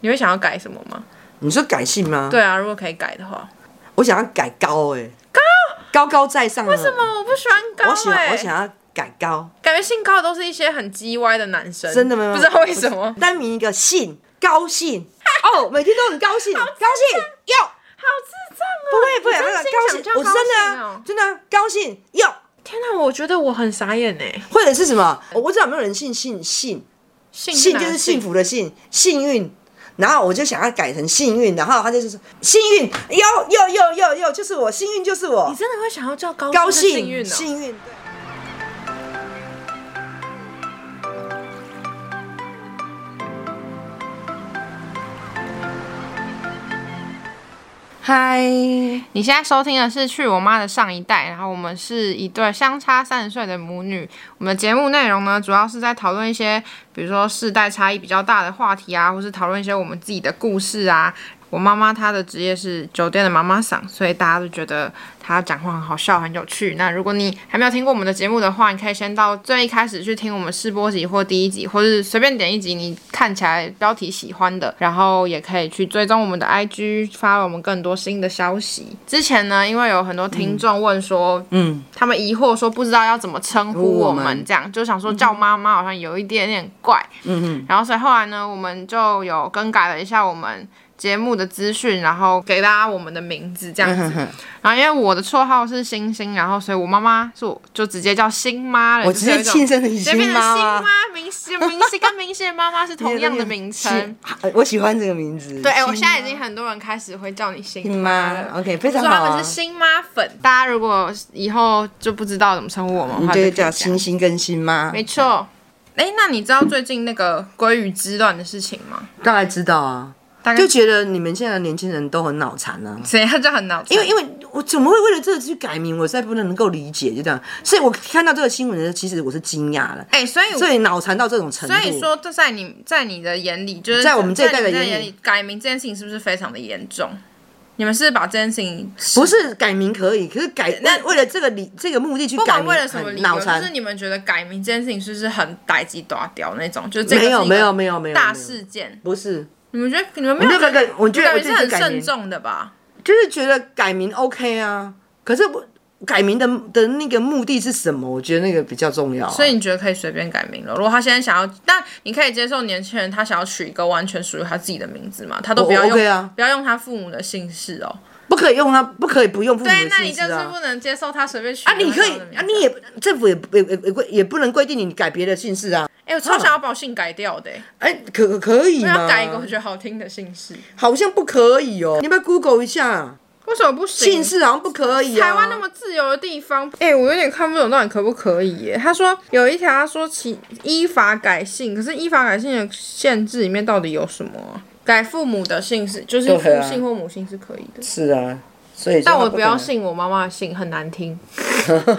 你会想要改什么吗？你说改姓吗？对啊，如果可以改的话，我想要改高哎、高高高在上。为为什？么我不喜欢高、欸？我想我想要改高，感觉姓高的都是一些很叽歪的男生，真的吗？不知道为什么，单名一个姓高 兴哦，每天都很高兴，高兴哟，好智障啊！不会不会，那个高你真的心想比兴较，我真高兴的哦啊真的啊高兴哟，天哪、我觉得我很傻眼哎、或者是什么？我不知道有没有人姓姓姓幸幸就是幸福的幸，幸运。然后我就想要改成幸运，然后他就是说幸运，哟哟哟哟哟，就是我幸运，就是我你真的会想要叫高高兴兴幸运哦、幸运。对嗨，你现在收听的是《去我妈的上一代》，然后我们是一对相差三十岁的母女。我们的节目内容呢，主要是在讨论一些，比如说世代差异比较大的话题啊，或是讨论一些我们自己的故事啊。我妈妈她的职业是酒店的妈妈嗓，所以大家都觉得她讲话很好笑、很有趣。那如果你还没有听过我们的节目的话，你可以先到最一开始去听我们试播集或第一集，或是随便点一集你看起来标题喜欢的，然后也可以去追踪我们的 IG，发了我们更多新的消息。之前呢，因为有很多听众问说，嗯，他们疑惑说不知道要怎么称呼我我们们，这样就想说叫妈妈好像有一点点怪，嗯嗯，然后所以后来呢，我们就有更改了一下我们节目的资讯，然后给大家我们的名字这嗯样子，然后因为我的绰号是星星，然后所以我妈妈是我就直接叫星妈了，我就直是有接一种亲生的已直接经变成星妈妈妈，明星明星跟明星的妈妈是同样的名称。是，我喜欢这个名字。对，哎、新我现在已经很多人开始会叫你星新妈妈了。 ，OK，非说常他好们啊是。星妈粉，大家如果以后就不知道怎么称呼我们的你话，就就叫星星。星跟星妈，没错。哎、那你知道最近那个鲑鱼之乱的事情吗？大概知道啊。大概就觉得你们现在的年轻人都很脑残啊。怎样就很脑残，因为因为我怎么会为了这个去改名？我实在不能够理解，就这样。所以我看到这个新闻的时候，其实我是惊讶的，哎、所以所以脑残到这种程度。所以说这在你在你的眼里，就是在我们这一代的在你们眼眼里里，改名这件事情是不是非常的严重？你们是不是把这件事情不是改名可以，可是改那那为了这个理这个目的去不管改名，为了什么理很由，脑就残是。你们觉得改名这件事情是不是很逮鸡抓掉那种？就是这个没有是一个没有没有没有大没有事件，不是，你们觉得你们没我有没有觉改我觉得改我名是觉得很改慎名重的吧？就是觉得改名 OK 啊，可是我改名的的那个目的是什么？我觉得那个比较重要啊、所以你觉得可以随便改名了？如果他现在想要，但你可以接受年轻人他想要取一个完全属于他自己的名字嘛？他都我不要我用、 OK 啊不要用他父母的姓氏哦。不可以用它，不可以不用父母对，的那你姓就氏是啊。不能接受他随便取啊，你可以任何人的名字啊，你也政府也也也也规也不能规定你改别的姓氏啊。哎、我超想要把我姓改掉的、欸，哎、可可可以我吗？要改一个我觉得好听的姓氏。好像不可以哦。你要不要 Google 一下？为什么不行？姓氏好像不可以啊。台湾那么自由的地方，哎、我有点看不懂到底可不可以耶。他说有一条，他说其依法改姓，可是依法改姓的限制里面到底有什么啊、改父母的姓是，就是对父啊姓或母姓是可以的，是啊，所以说但它我不不要可能。姓我妈妈的姓，很难 听。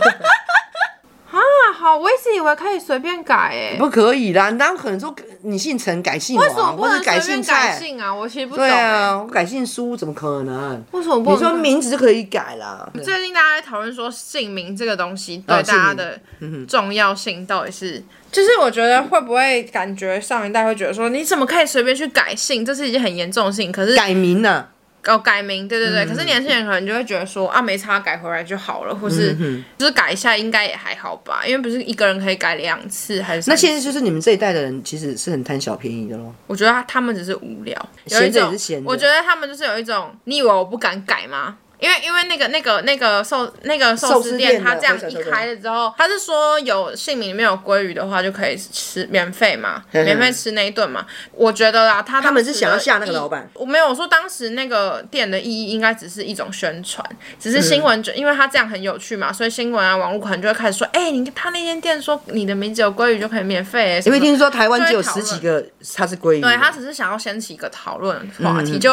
啊，好，我一直以为可以随便改哎，不可以啦，哪有可能说你姓陈改姓为什么王，不或能者改随姓便改蔡？姓啊？我其实不懂对哎，啊，我改姓苏怎么可能？为什么不你能说名字就可以改啦。最近大家在讨论说姓名这个东西对哦姓大家名的重要性到底是，嗯就是我觉得会不会感觉上一代会觉得说你怎么可以随便去改姓，这是一件很严重的事情。可是改名呢、啊？哦改名，对对对，可是年轻人可能就会觉得说啊没差，改回来就好了，或是就是改一下应该也还好吧，因为不是一个人可以改两次还是那那现在就是你们这一代的人其实是很贪小便宜的咯。我觉得他们只是无聊，有一闲着也种是闲着我觉得他们就是有一种，你以为我不敢改吗？因为因为那个那个那个寿那个寿寿司司店，店他的这样我想一说对开了之后，他是说有姓名里面有鲑鱼的话就可以吃免费 嘛，免费吃那一顿嘛。我觉得啦，他他他们是想要吓那个老板我没有我说当时那个店的意义应该只是一种宣传，只嗯是新闻就、因为他这样很有趣嘛，所以新闻啊网络可能就会开始说，哎、你他那间店说你的名字有鲑鱼就可以免费、欸，什因么为听说台湾就会只有讨十论几个他是归于对他只是想要掀起一个讨论话题，就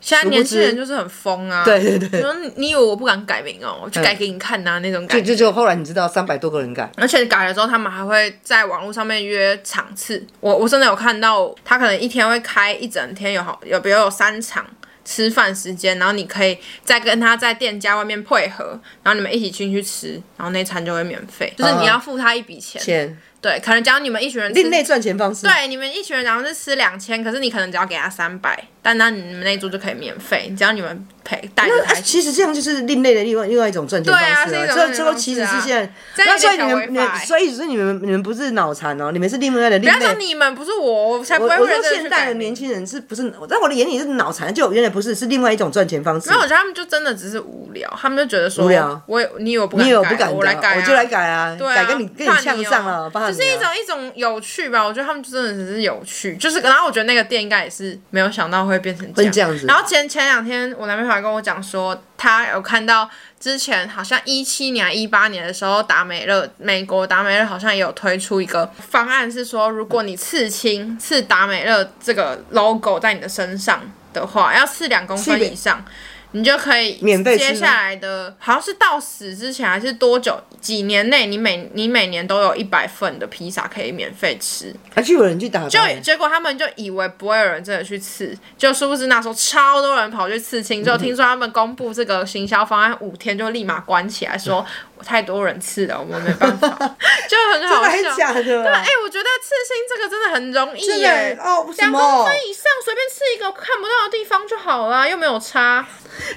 现在年轻人就是很疯啊。嗯对对对说你以为我不敢改名哦，我就改给你看呐、那种感对，觉。就就后来你知道三百多个人改，而且改了之后，他们还会在网络上面约场次。我我真的有看到，他可能一天会开一整天，有好有比如有三场吃饭时间，然后你可以再跟他在店家外啊面配合，然后你们一起进去吃，然后那餐就会免费，就是你要付他一笔钱，天，对，可能假如你们一群人吃另类赚钱方式。对，你啊们一群人然后是吃两千，可是你可能只要给他三百，但那你们那一桌就可以免费，只要你们陪带着那他啊一起。其实这样就是另类的另外另外一种赚钱对方啊式是一种这赚钱这都方其式实是啊现在，这样那有所点小违以你们你们法欸所以是你们你们不是脑残哦，你们是另外的不另要说类。你们，不是我，我才不我会我为说了这个去现在改的名年轻人是不是？我在我的眼里是脑残，就原来不是，是另外一种赚钱方式没。有，我觉得他们就真的只是无聊，他们就觉得说，无聊我也你有不敢你改，有不敢我来的改、啊，我就来改啊，对啊，改跟你跟怕你呛上哦了，怕就你是一啊种一种有趣吧。我觉得他们就真的只是有趣，就是然后我觉得那个店应该也是没有想到会变成这会样这样子然后前前两天我男朋友还跟我讲说，他有看到之前好像一七年、一八年的时候，达美乐美国达美乐好像也有推出一个方案，是说如果你刺青刺达美乐这个 logo 在你的身上的话，要刺两公分是的以上。你就可以免费吃接吗下来的好像是到死之前还是多久几年内，你每你每年都有一百份的披萨可以免费吃。还去有人去打就扮，结果他们就以为不会有人真的去刺，就殊不知那时候超多人跑去刺青。嗯就听说他们公布这个行销方案五天就立马关起来 说，太多人刺了，我们没办法，就很真好的还是笑。假的对，哎、啊？我觉得刺青这个真的很容易真耶的，哦，什两公么？分以上随便刺一个看不到的地方就好啦，又没有差。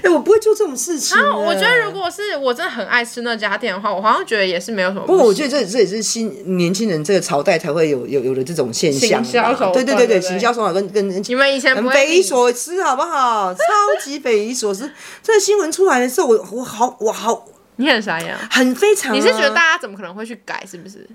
哎，我不会做这种事情。然后啊我觉得，如果是我真的很爱吃那家店的话，我好像觉得也是没有什么不不过行。我觉得这这也是新年轻人这个朝代才会有有有的这种现象吧。行销手段对对对对对，不对行销手法跟跟你们以前很不匪夷会所思，好不好？超级匪夷所思。这新闻出来的时候，我我好我好你很傻眼啊。很非常啊、你是觉得大家怎么可能会去改？是不是？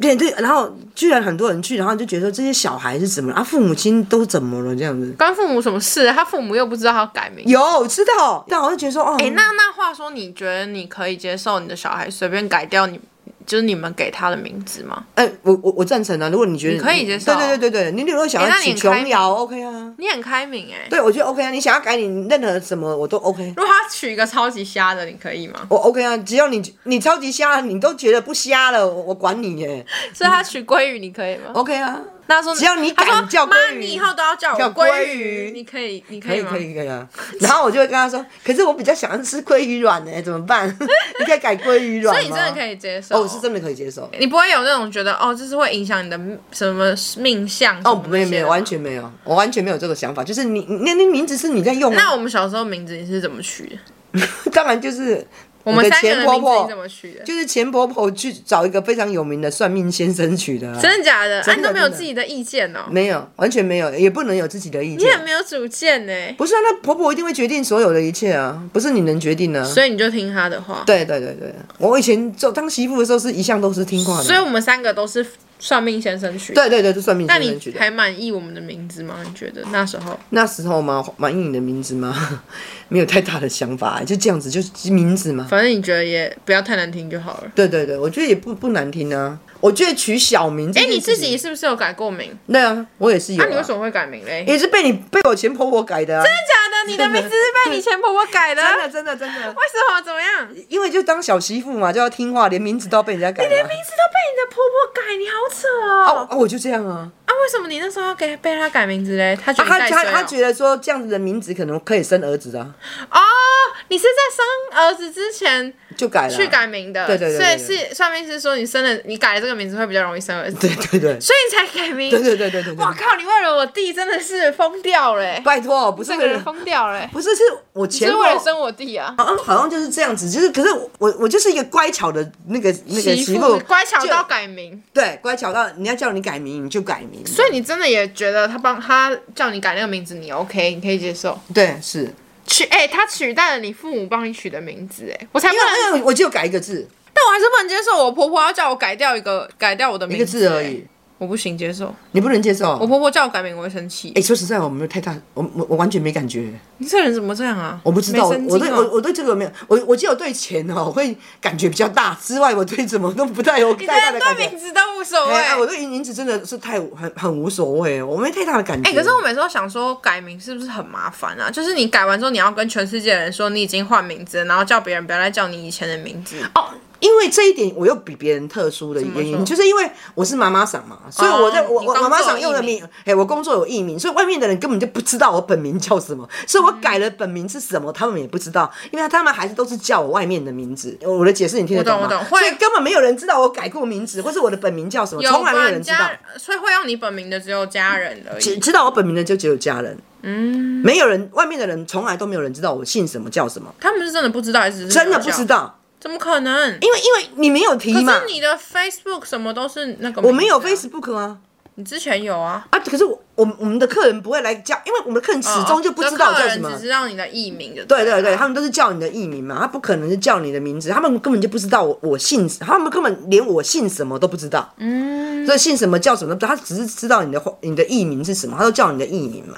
对对，然后居然很多人去，然后就觉得说这些小孩是怎么了啊？父母亲都怎么了这样子？关父母什么事？他父母又不知道他要改名。有知道，但我就觉得说哦，哎、那那话说，你觉得你可以接受你的小孩随便改掉你，就是你们给他的名字吗？哎、我我我赞成啊。如果你觉得你可以接受对对对对对，你如果想哎那要你起很开琼明瑶，OK 啊。你很开明哎、对，我觉得 OK 啊。你想要改你任何什么，我都 OK。如果他取一个超级瞎的，你可以吗？我 OK 啊，只要你你超级瞎，你都觉得不瞎了，我我管你耶。所以他取鲑鱼，你可以吗？ OK 啊，那他说只要你他说敢叫妈，鲑鱼你以后都要叫我叫鲑鲑鱼，鱼你可以，你可可以以吗？可以可以啊。然后我就会跟他说，可是我比较想要吃鲑鱼卵呢，怎么办？ 你可以改鲑鱼所卵吗？以你真的可以接受？哦，我是真的可以接受。你不会有那种觉得哦，就是会影响你的什么命相哦，什么那没有没些的有，吗完。全没有，我完全没有这个想法。就是你你那那名字是你在用啊，那我们小时候名字你是怎么取的？当然就是我们的三个人前的婆名字你婆怎，么取的？就是钱婆婆去找一个非常有名的算命先生取的啊，真的假的？啊，真你的都没有真的自己的意见哦，没有，完全没有，也不能有自己的意你见很。没有主见呢，不是啊，那婆婆一定会决定所有的一切啊，不是你能决定的、啊。所以你就听他的话。对对对对，我以前做当媳妇的时候是一向都是听话的。所以我们三个都是算命先生取的。对对对，就算命那先你生取的。还满意我们的名字吗？你觉得那时候那时候吗？满意你的名字吗？ 没有太大的想法，就这样子，就是名字嘛。反正你觉得也不要太难听就好了。对对对，我觉得也不不难听啊。我觉得取小名这哎，件你事情，自己是不是有改过名？对啊，我也是有、那啊。你为什么会改名嘞？也是被你被我前婆婆改的啊！真的假的？你的名字是被你前婆婆改的？真的真的真的，为什么？怎么样？名因为就当小媳妇嘛，就要听话，连名字都要被人家改、啊。字都被你的婆婆改，你好扯哦哦！哦，我就这样啊。啊，为什么你那时候要给被她改名字嘞？她觉啊得你他带他衰他哦觉得说这样子的名字可能可以生儿子啊，哦，你是在生儿子之前就改了啊。去改名的，对对对对对所以是算命师说你生了，你改了这个名字会比较容易生儿子，对对对所以你才改名。对对对对对哇对。靠！你为了我弟真的是疯掉嘞，拜托，哦不是这为个人了，疯掉嘞，不是是我只前是后为了生我弟啊。好像好像就是这样子，就是可是我我我就是一个乖巧的那个那个媳妇，乖巧就到改名，对乖巧到人家叫你改名你就改名，所以你真的也觉得他帮他叫你改那个名字，你 OK，你可以接受。对是，因取哎、他取代了你父母帮你取的名字，哎，我才不能，为因为我就改一个字但我还是不能接受我婆婆要叫我改掉一个改掉我的名一字个字而，哎已，哦我不行接受。你不能接受我。婆婆叫我改名，我会生气。哎，说实在，我没有太大，我我我完全没感觉，你这人怎么这样啊？我不知道，没神我经哦对我我对这个没有，我我只有对钱哦会感觉比较大之外，我对怎么都不太有你太大连的感对觉名。字都无所谓。哎、哎我对银子真的是太很很无所谓，我没太大的感觉。哎、可是我每次都想说，改名是不是很麻烦啊？就是你改完之后，你要跟全世界的人说你已经换名字了，然后叫别人不要再叫你以前的名字。哦，因为这一点我又比别人特殊的原怎么说哦因，就是因为我是妈妈嗓嘛，所以我在、我你我工作妈妈嗓用的有艺名名，哎，我工作有艺名，所以外面的人根本就不知道我本名叫什么，嗯所以我改了本名是什么，他们也不知道，因为他们还是都是叫我外面的名字。我的解释你听得懂吗？我懂我懂会所以根本没有人知道我改过名字，或是我的本名叫什么，有从来没有吧？人知道哎家。所以会用你本名的只有家人而只已。知道我本名的就只有家人，嗯，没有人，外面的人从来都没有人知道我姓什么叫什么，他们是真的不知道，还是只是真的搞不笑知？道，怎么可能？因为因为你没有提可嘛是，你的 Facebook 什么都是那个名字啊、我没有 Facebook 啊。你之前有啊？啊，可是我我们我们的客人不会来叫，因为我们的客人始终就不知道哦就我客叫人什么。只知道你的艺名就对对对了对，他们都是叫你的艺名嘛，他不可能是叫你的名字，他们根本就不知道我我姓，他们根本连我姓什么都不知道，嗯，所以姓什么叫什么都不知道，他只是知道你的话你的艺名是什么，他都叫你的艺名嘛，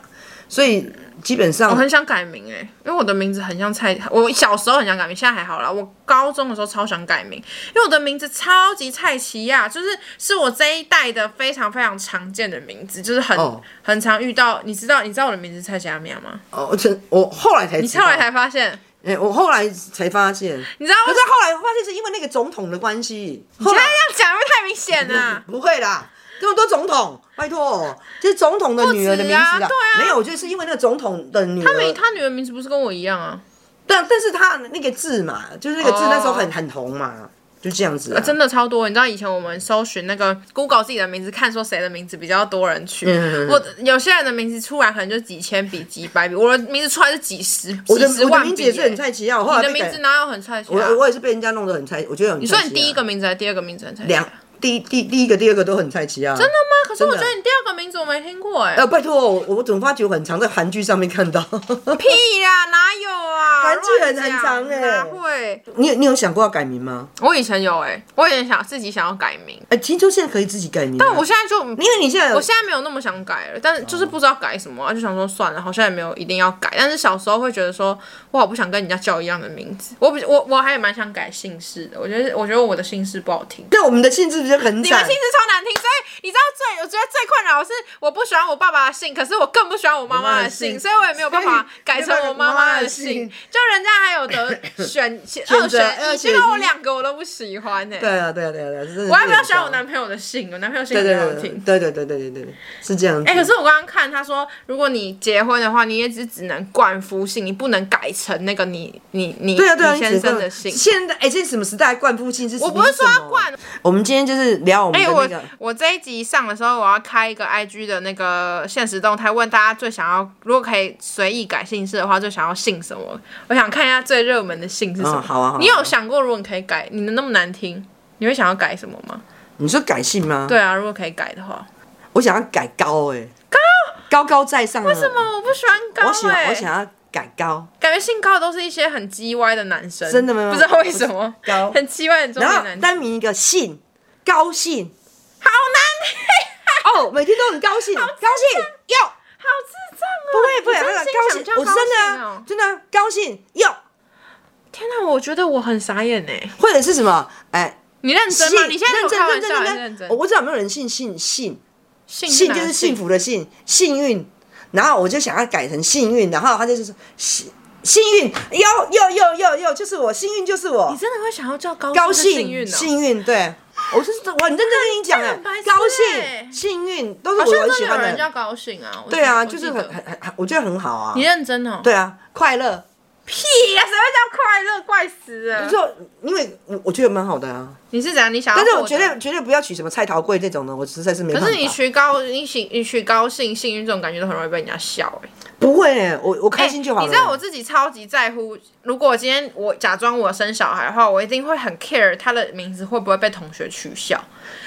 所以基本上我很想改名哎、因为我的名字很像蔡。我小时候很想改名，现在还好啦。我高中的时候超想改名，因为我的名字超级蔡奇亚，就是是我这一代的非常非常常见的名字，就是很、哦很常遇到。你知道你知道我的名字是蔡奇亚米亚吗？哦，我真我后来才你知道，后来才发现，哎、我后来才发现，可你知道为是什么？后来发现是因为那个总统的关系，后现来在这样讲会不会太明显了、啊？ 不会啦，这么多总统，拜托，这是总统的女儿的名字不止啊对啊没有，我觉得是因为那个总统的女他没，儿，他女儿名字不是跟我一样啊？但但是他那个字嘛，就是那个字哦那时候很很红嘛，就这样子啊啊、真的超多。你知道以前我们搜寻那个 Google 自己的名字，看说谁的名字比较多人取。嗯嗯嗯我有些人的名字出来可能就几千笔、几百笔，我的名字出来是几十、我的几十我的万笔、名字也是很菜奇啊，我后你来的被名字改，哪有很菜奇、我啊？我也是被人家弄得很菜，我觉得很你菜奇啊、说你第一个名字还是第二个名字很菜奇？两第第第一个第二个都很菜奇啊，真的吗？可是我真觉的得你第二个名字我没听过哎、呃，拜托，我我总发觉我很常在韩剧上面看到。 屁啦，哪有啊？韩剧很乱讲很长欸哪会？你有你有想过要改名吗？我以前有哎、我以前想自己想要改名，哎、听说现在可以自己改名啊，但我现在就因为你现在有我现在没有那么想改了，但是就是不知道改什么、啊，就想说算了，好像也没有一定要改。但是小时候会觉得说，我好不想跟人家叫一样的名字。我比我我还蛮想改姓氏的，我觉得我觉得我的姓氏不好听。对我们的性质比较很你们惨姓。氏超难听，所以你知道最我觉得最困扰的是我不喜欢我爸爸的姓，可是我更不喜欢我妈妈的姓，我妈的姓所以我也没有办法改成我妈妈的所以姓你。就人家还有得选二选择选一，二选结一果我两个我都不喜欢呢、对啊，对啊，对啊，对啊，真的是我还不要很喜欢我糟男朋友的姓，我男朋友姓对很对好对听。对对对对对对对，是这样子。哎、可是我刚刚看他说，如果你结婚的话，你也只只能冠夫姓，你不能改成那个你你你对啊对啊，你先只能生冠的姓。现在哎，这是什么时代？冠夫姓是？我不是说要冠。我们今天就是聊我们哎、的那我个。我这一集上的时候，我要开一个 IG 的那个现实动态，问大家最想要，如果可以随意改姓氏的话，最想要姓什么？我想看一下最热门的姓是什么。嗯好啊好啊你有想过，如果你可以改，你的那么难听，你会想要改什么吗？你说改姓吗？对啊，如果可以改的话，我想要改高哎，高高高在上。为为什？么我不喜欢高、欸？我喜欢我想要改高，感觉姓高都是一些很叽歪的男生，真的吗不知道为什么，高很叽歪的中然年后男生，单名一个姓，高兴好难听，哦，每天都很高兴，高兴哟。好智障啊！不会不会，你真那心个高想叫，兴我高真的兴啊哦真的啊高兴哟，天哪，我觉得我很傻眼哎！或者是什么哎。你认真吗？姓你现在认真开玩欸认真笑，认你真认真我。不知道有没有人姓姓姓信姓就是幸福，福的幸，幸运。然后我就想要改成幸运，然后他就是说幸幸运，哟哟哟哟哟，就是我幸运就是我你，真的会想要叫高高是兴幸运哦？幸运对。我就是我很认真跟你讲这哎很白，痴高欸兴幸运都是好我像很真喜的有欢人叫的，高兴啊！我对啊，记就得我是记很得很很，很我觉得很好啊你，认真哦？对啊，快乐，屁呀，谁会叫快乐？怪死了！就因为我我觉得蛮好的啊，你是怎样？你想要但获是得？我绝对绝对不要取什么蔡桃贵这种的，我实在是没办可法。是你取高，你取你取高兴、幸运这种感觉都很容易被人家笑哎、不会欸，我我开心就好了。你知道我自己超级在乎，如果今天我假装我生小孩的话，我一定会很 care 他的名字会不会被同学取笑。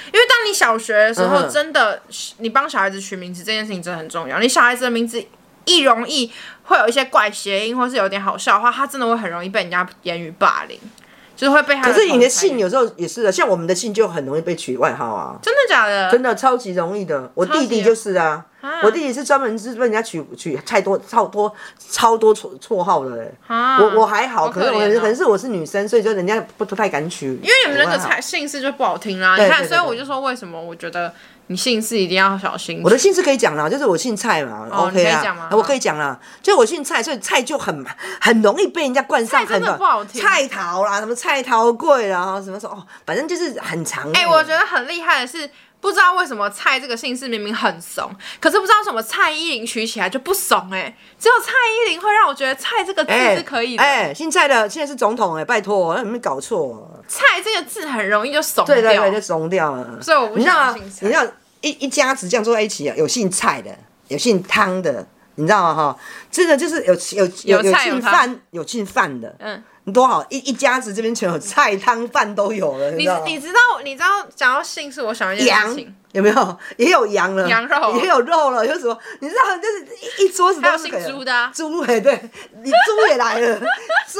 因为当你小学的时候，嗯哼真的你帮小孩子取名字这件事情真的很重要。你小孩子的名字一容易会有一些怪谐音，或是有点好笑的话，他真的会很容易被人家言语霸凌，就是会被他可是你同的才姓有时候也是的，像我们的姓就很容易被取外号啊，真的假的？真的超级容易的。我级弟弟就是啊，我弟弟是专门是被人家取取太多超多超多绰绰号的欸。我我还好，啊好可是可我怜哦可能是我是女生，所以就人家不不太敢取。因因为你们那个菜姓氏就不好听啦。你看，对所对以我就说为什么我觉得你姓氏一定要小心。我的姓是可以讲啦，就是我姓蔡嘛、o 哦你 k 可以啊，讲吗啊我可以讲啦，就我姓蔡，所以蔡就很很容易被人家冠上蔡真很的多不好听菜桃啦，什么菜桃贵啦，什么说哦，反正就是很长。哎、我觉得很厉害的是，不知道为什么蔡这个姓氏明明很怂，可是不知道为什么蔡依林取起来就不怂哎、只有蔡依林会让我觉得蔡这个字哎是可以的。哎、姓蔡的现在是总统哎、拜托，那你们搞错。蔡这个字很容易就怂掉。对对对，就怂掉了。所以我不你知道想要吗姓？蔡你知道一一家子这样坐在一起啊，有姓蔡的，有姓汤的，你知道吗？哈，真的就是有有有有有菜有姓汤饭，有姓饭的，嗯，你多好！一一家子这边全有菜汤饭都有了，你你知道吗？你知道你知道讲到姓氏，我想到一件事羊情，有没有？也有羊了，羊肉也有肉了，有什么？你知道，就是一一桌子都是还有姓猪的啊猪哎，对，你猪也来了，猪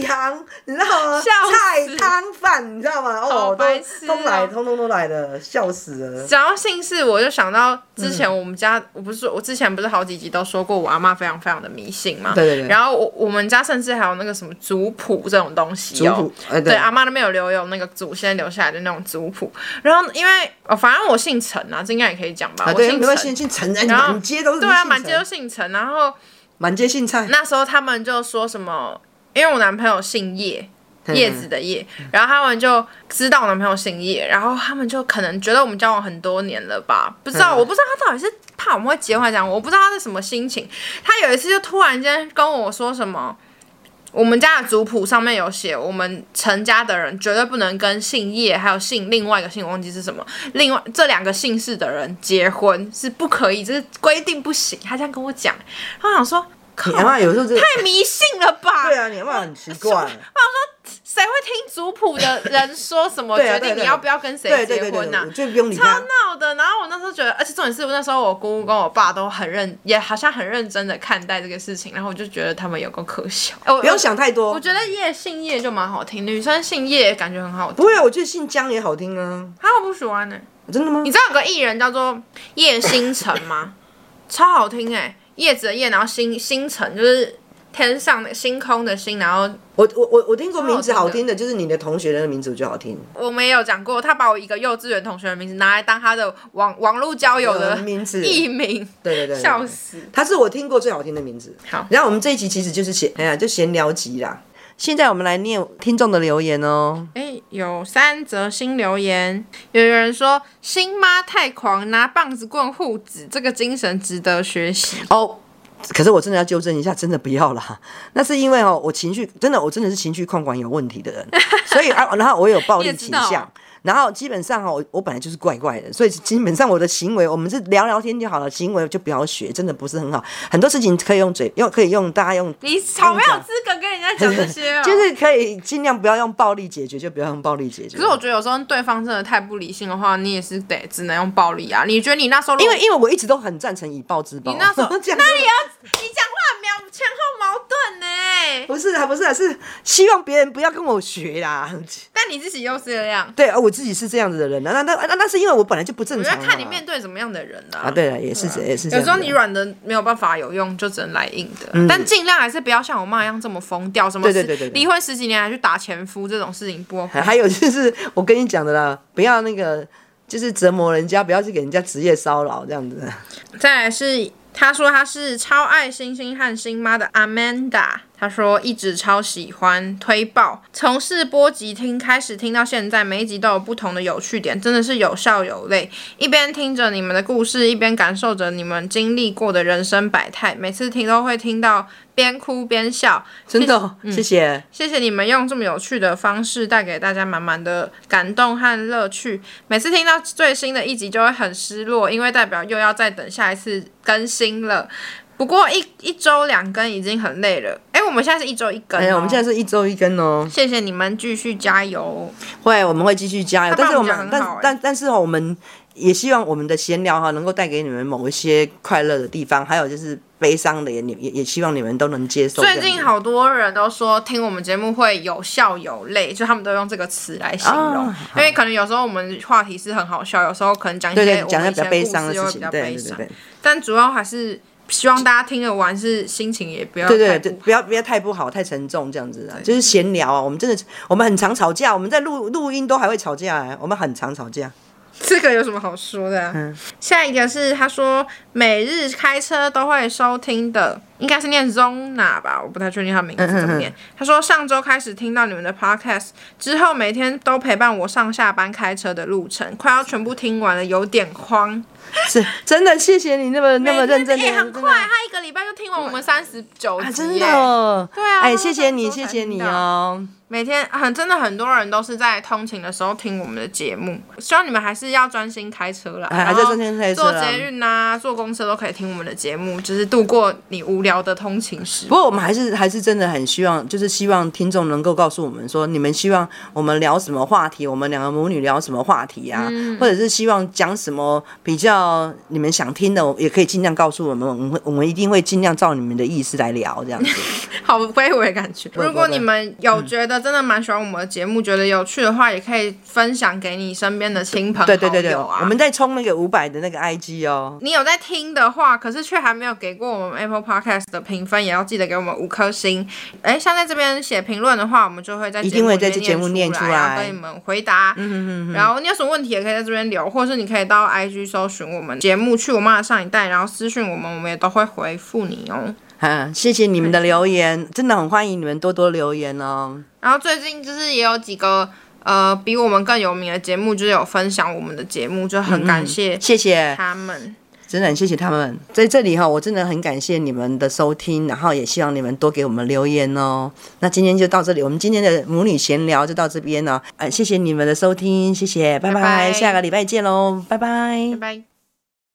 羊，你知道吗？笑死菜汤饭，你知道吗？好哦，白痴都哦通来，通通都来了，笑死了。讲到姓氏，我就想到之前我们家，嗯我不是我之前不是好几集都说过，我阿妈非常非常的迷信嘛。对对对然后我我们家甚至还有那个什么族谱这种东西、哦。族谱哎对对阿妈那边有留有那个祖先留下来的那种族谱。然后因为呃，反正我姓陈啊，这应该也可以讲吧。啊，我对，姓没陈关。系，姓陈，哎，然后满街都是对啊，姓满街都陈姓陈。然后满街姓蔡，那时候他们就说什么，因为我男朋友姓叶，嗯叶子的叶，然后他们就知道我男朋友姓叶，然后他们就可能觉得我们交往很多年了吧，不知道，嗯我不知道他到底是怕我们会结婚还是怎样，我不知道他是什么心情。他有一次就突然间跟我说什么。我们家的族谱上面有写，我们陈家的人绝对不能跟姓叶还有姓另外一个姓，我忘记是什么，另外这两个姓氏的人结婚是不可以，这是规定不行。他这样跟我讲，然后我想说，靠你，阿妈有时候这个，太迷信了吧？对啊，你阿妈很奇怪。谁会听族谱的人说什么对啊决对定对你要不要跟谁对对结对对婚对，呐、我就不用理超他。闹的，然后我那时候觉得，而且重点是那时候我姑姑跟我爸都很认，也好像很认真的看待这个事情，然后我就觉得他们有够可 笑。哎我不用，想太我多我。觉得叶姓叶就蛮好听，女生姓叶感觉很好听不。会啊，我觉得姓江也好听啊。啊，我不喜欢呢、真的吗你？知道有个艺人叫做叶星辰吗？ 超好听哎、叶子的叶，然后星星辰就是天上的星空的星，然后我我我我听过名字超好好听听的，就是你的同学的名字我就好听。我们也有讲过，他把我一个幼稚园同学的名字拿来当他的网网络交友的名字，艺对名，对对对，笑死！他是我听过最好听的名字。好然后我们这一集其实就是闲，哎呀，就闲聊集啦。现在我们来念听众的留言哦。哎，有三则新留言，有人说新妈太狂，拿棒子棍护子，这个精神值得学习。哦，可是我真的要纠正一下，真的不要啦。那是因为哦，我情绪真的，我真的是情绪控管有问题 的人，所以啊，然后我有暴力倾你也知向道。然后基本上哦，我我本来就是怪怪的，所以基本上我的行为，我们是聊聊天就好了，行为就不要学，真的不是很好。很多事情可以用嘴，用可以用大家用你好没有资格跟人家讲这些 哦。啊就是可以尽量不要用暴力解决，就不要用暴力解决。可是我觉得有时候对方真的太不理性的话，你也是得只能用暴力啊。你觉得你那时候如因果为因为我一直都很赞成以暴制暴。你 那时候这样那你要你讲话没有前后矛盾呢、不是啊，不是啊，是希望别人不要跟我学啦。 但你自己又是这样，对啊，我自己是这样子的人啊，那那那那是因为我本来就不正我常要啊。看你面对什么样的人啊，对了，也是这也是有时这样子的。嗯候你软的没有办法有用，就只能来硬的。但尽量还是不要像我妈一样这么疯掉，什么对对十对对对离婚十几年还去打前夫这种事情不 OK。还有就是我跟你讲的啦，不要那个就是折磨人家，不要去给人家职业骚扰这样子。再来是她说她是超爱星星和星妈的 Amanda，她说一直超喜欢推爆，从试播集听开始听到现在，每一集都有不同的有趣点，真的是有笑有泪。一边听着你们的故事，一边感受着你们经历过的人生百态，每次听都会听到边哭边笑，真的哦，嗯谢谢。谢谢你们用这么有趣的方式带给大家满满的感动和乐趣。每次听到最新的一集就会很失落，因为代表又要再等下一次更新了。不过一一周两更已经很累了。哎，我们现在是一周一更、哦。哎呀，我们现在是一周一根哦，谢谢你们继续加油。会我们会继续加油，他但是帮我我们们讲得很好但哎但但是哦，我们也希望我们的闲聊哈能够带给你们某一些快乐的地方，还有就是悲伤的，也也也希望你们都能接受。最近好多人都说听我们节目会有笑有泪，就他们都用这个词来形容，啊因为可能有时候我们话题是很好笑，有时候可能讲一对些对，我讲们的以比较前悲故伤的事就会比事情，较对悲对伤，对但主要还是希望大家听得完是心情也不要对对太对，不不要不要太不好，太沉重这样子啊，就是闲聊啊。我们真的是，我们很常吵架，我们在录录音都还会吵架、哎，我们很常 吵架。 这个有什么好说的、啊？嗯下一个是他说每日开车都会收听的，应该是念 Zona 吧，我不太确定他名字怎么嗯念。他说上周开始听到你们的 Podcast 之后，每天都陪伴我上下班开车的路程，快要全部听完了，有点慌。是真的，谢谢你那么那么认真每的，天哎很真的快，他一个礼拜就听完我们三十九集、啊，哎真的哦，对啊哎，他谢上谢你，周才谢谢你听到哦，每天很真的很多人都是在通勤的时候听我们的节目，希望你们还是要专心开车啦，哎还然是后专心开车坐啦捷运啊，坐公车都可以听我们的节目，就是度过你无聊的通勤时不。过我们还是还是真的很希望，就是希望听众能够告诉我们说，你们希望我们聊什么话题，我们两个母女聊什么话题啊，或者是希望讲什么比较你们想听的，也可以尽量告诉我们，我们会我们一定会尽量照你们的意思来聊这 样子。好卑微的感觉。会 如果你们有觉得真的蛮喜欢我们的节目，觉得有趣的话，也可以分享给你身边的亲朋对对对好对，友啊。我们在冲那个五百的那个 IG 哦。你有在听的话，可是却还没有给过我们 Apple Podcast 的评分，也要记得给我们五颗星。哎，像在这边写评论的话，我们就会在一定会在这这节目念出出来然后跟你们回答。嗯嗯嗯。然后你有什么问题也可以在这边留，或是你可以到 IG 搜寻我们节目“去我妈的上一代”，然后私讯我们，我们也都会回复你哦。啊，谢嗯谢你们的留言，真的很欢迎你们多多留言哦。然后最近就是也有几个呃比我们更有名的节目，就是有分享我们的节目，就嗯很感谢谢谢，他们。真的很谢谢他们在这里哈、我真的很感谢你们的收听，然后也希望你们多给我们留言哦。那今天就到这里，我们今天的母女闲聊就到这边了、呃，谢谢你们的收听，谢谢，拜拜拜拜下个礼拜见喽，拜拜拜拜。